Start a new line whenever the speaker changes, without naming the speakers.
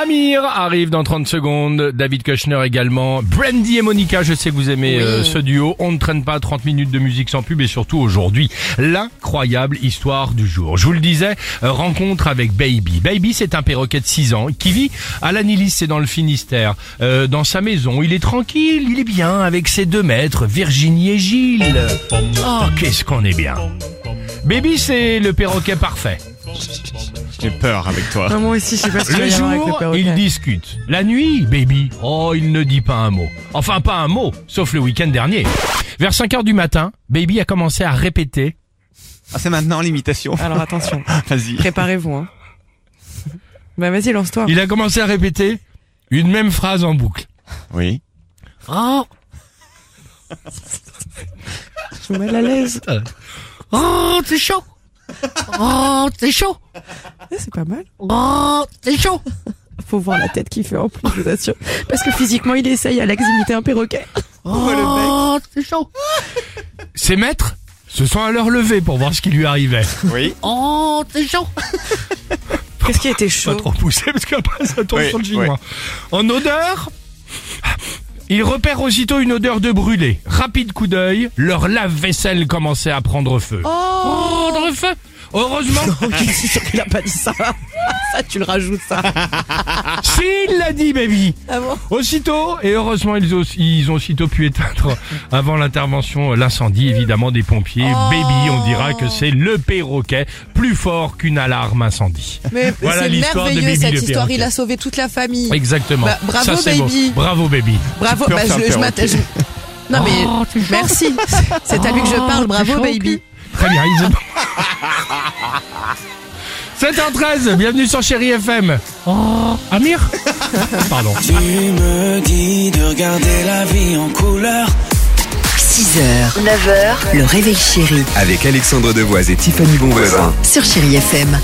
Amir arrive dans 30 secondes, David Kushner également, Brandy et Monica, je sais que vous aimez euh, ce duo, on ne traîne pas 30 minutes de musique sans pub et surtout aujourd'hui, l'incroyable histoire du jour. Je vous le disais, euh, rencontre avec Baby. Baby c'est un perroquet de 6 ans qui vit à l'Anilis, c'est dans le Finistère, euh, dans sa maison, il est tranquille, il est bien avec ses deux maîtres, Virginie et Gilles. Oh qu'est-ce qu'on est bien Baby c'est le perroquet parfait.
J'ai peur avec toi.
Non, moi aussi, je sais pas ce qu'il va
Le
y avoir avec le
jour,
perroquet.
ils discutent. La nuit, baby, oh, il ne dit pas un mot. Enfin, pas un mot, sauf le week-end dernier. Vers 5 heures du matin, baby a commencé à répéter.
Ah, c'est maintenant l'imitation.
Alors attention,
Vas-y.
préparez-vous. Hein. Bah vas-y, lance-toi.
Il a commencé à répéter une même phrase en boucle.
Oui.
Oh,
Je vous mets à l'aise.
oh, c'est chaud. Oh, c'est chaud.
Ah, C'est pas mal.
Oh, c'est chaud.
Faut voir la tête qu'il fait en plus, je vous assure. Parce que physiquement, il essaye, Alex, d'imiter un perroquet.
Oh, c'est chaud. Ses maîtres se sont alors levés pour voir ce qui lui arrivait.
Oui.
Oh, c'est chaud.
Qu'est-ce qui était chaud
pas trop poussé parce qu'après ça tombe
Oui,
sur le
oui.
chinois. En odeur, il repère aussitôt une odeur de brûlé. Rapide coup d'œil, leur lave-vaisselle commençait à prendre feu. Oh, dans le feu Heureusement,
Je suis sûr qu'il a pas dit ça. Ça, tu le rajoutes, ça.
s'il l'a dit, baby
Ah bon
Aussitôt, et heureusement, ils ont, ils ont aussitôt pu éteindre, avant l'intervention, euh, l'incendie, évidemment, des pompiers.
Oh.
Baby, on dira que c'est le perroquet, plus fort qu'une alarme incendie.
Mais
Voilà
c'est
l'histoire de
merveilleux
Baby
cette
le
histoire.
perroquet.
Il a sauvé toute la famille.
Exactement.
Bah, bravo,
Ça, c'est beau.
baby.
Bravo, baby.
Bravo.
peux
Bah,
refaire
je, je
un
m'attache. Non mais
Oh.
merci. C'est à lui que je parle. Bravo, baby.
Très bien, ils 7h13, bienvenue sur Chéri FM. Oh, Amir Pardon.
Tu me dis de regarder la vie en couleur.
6h, 9h, le réveil chéri
Avec Alexandre Devoise et Tiffany Bonvoisin.
sur Chéri FM.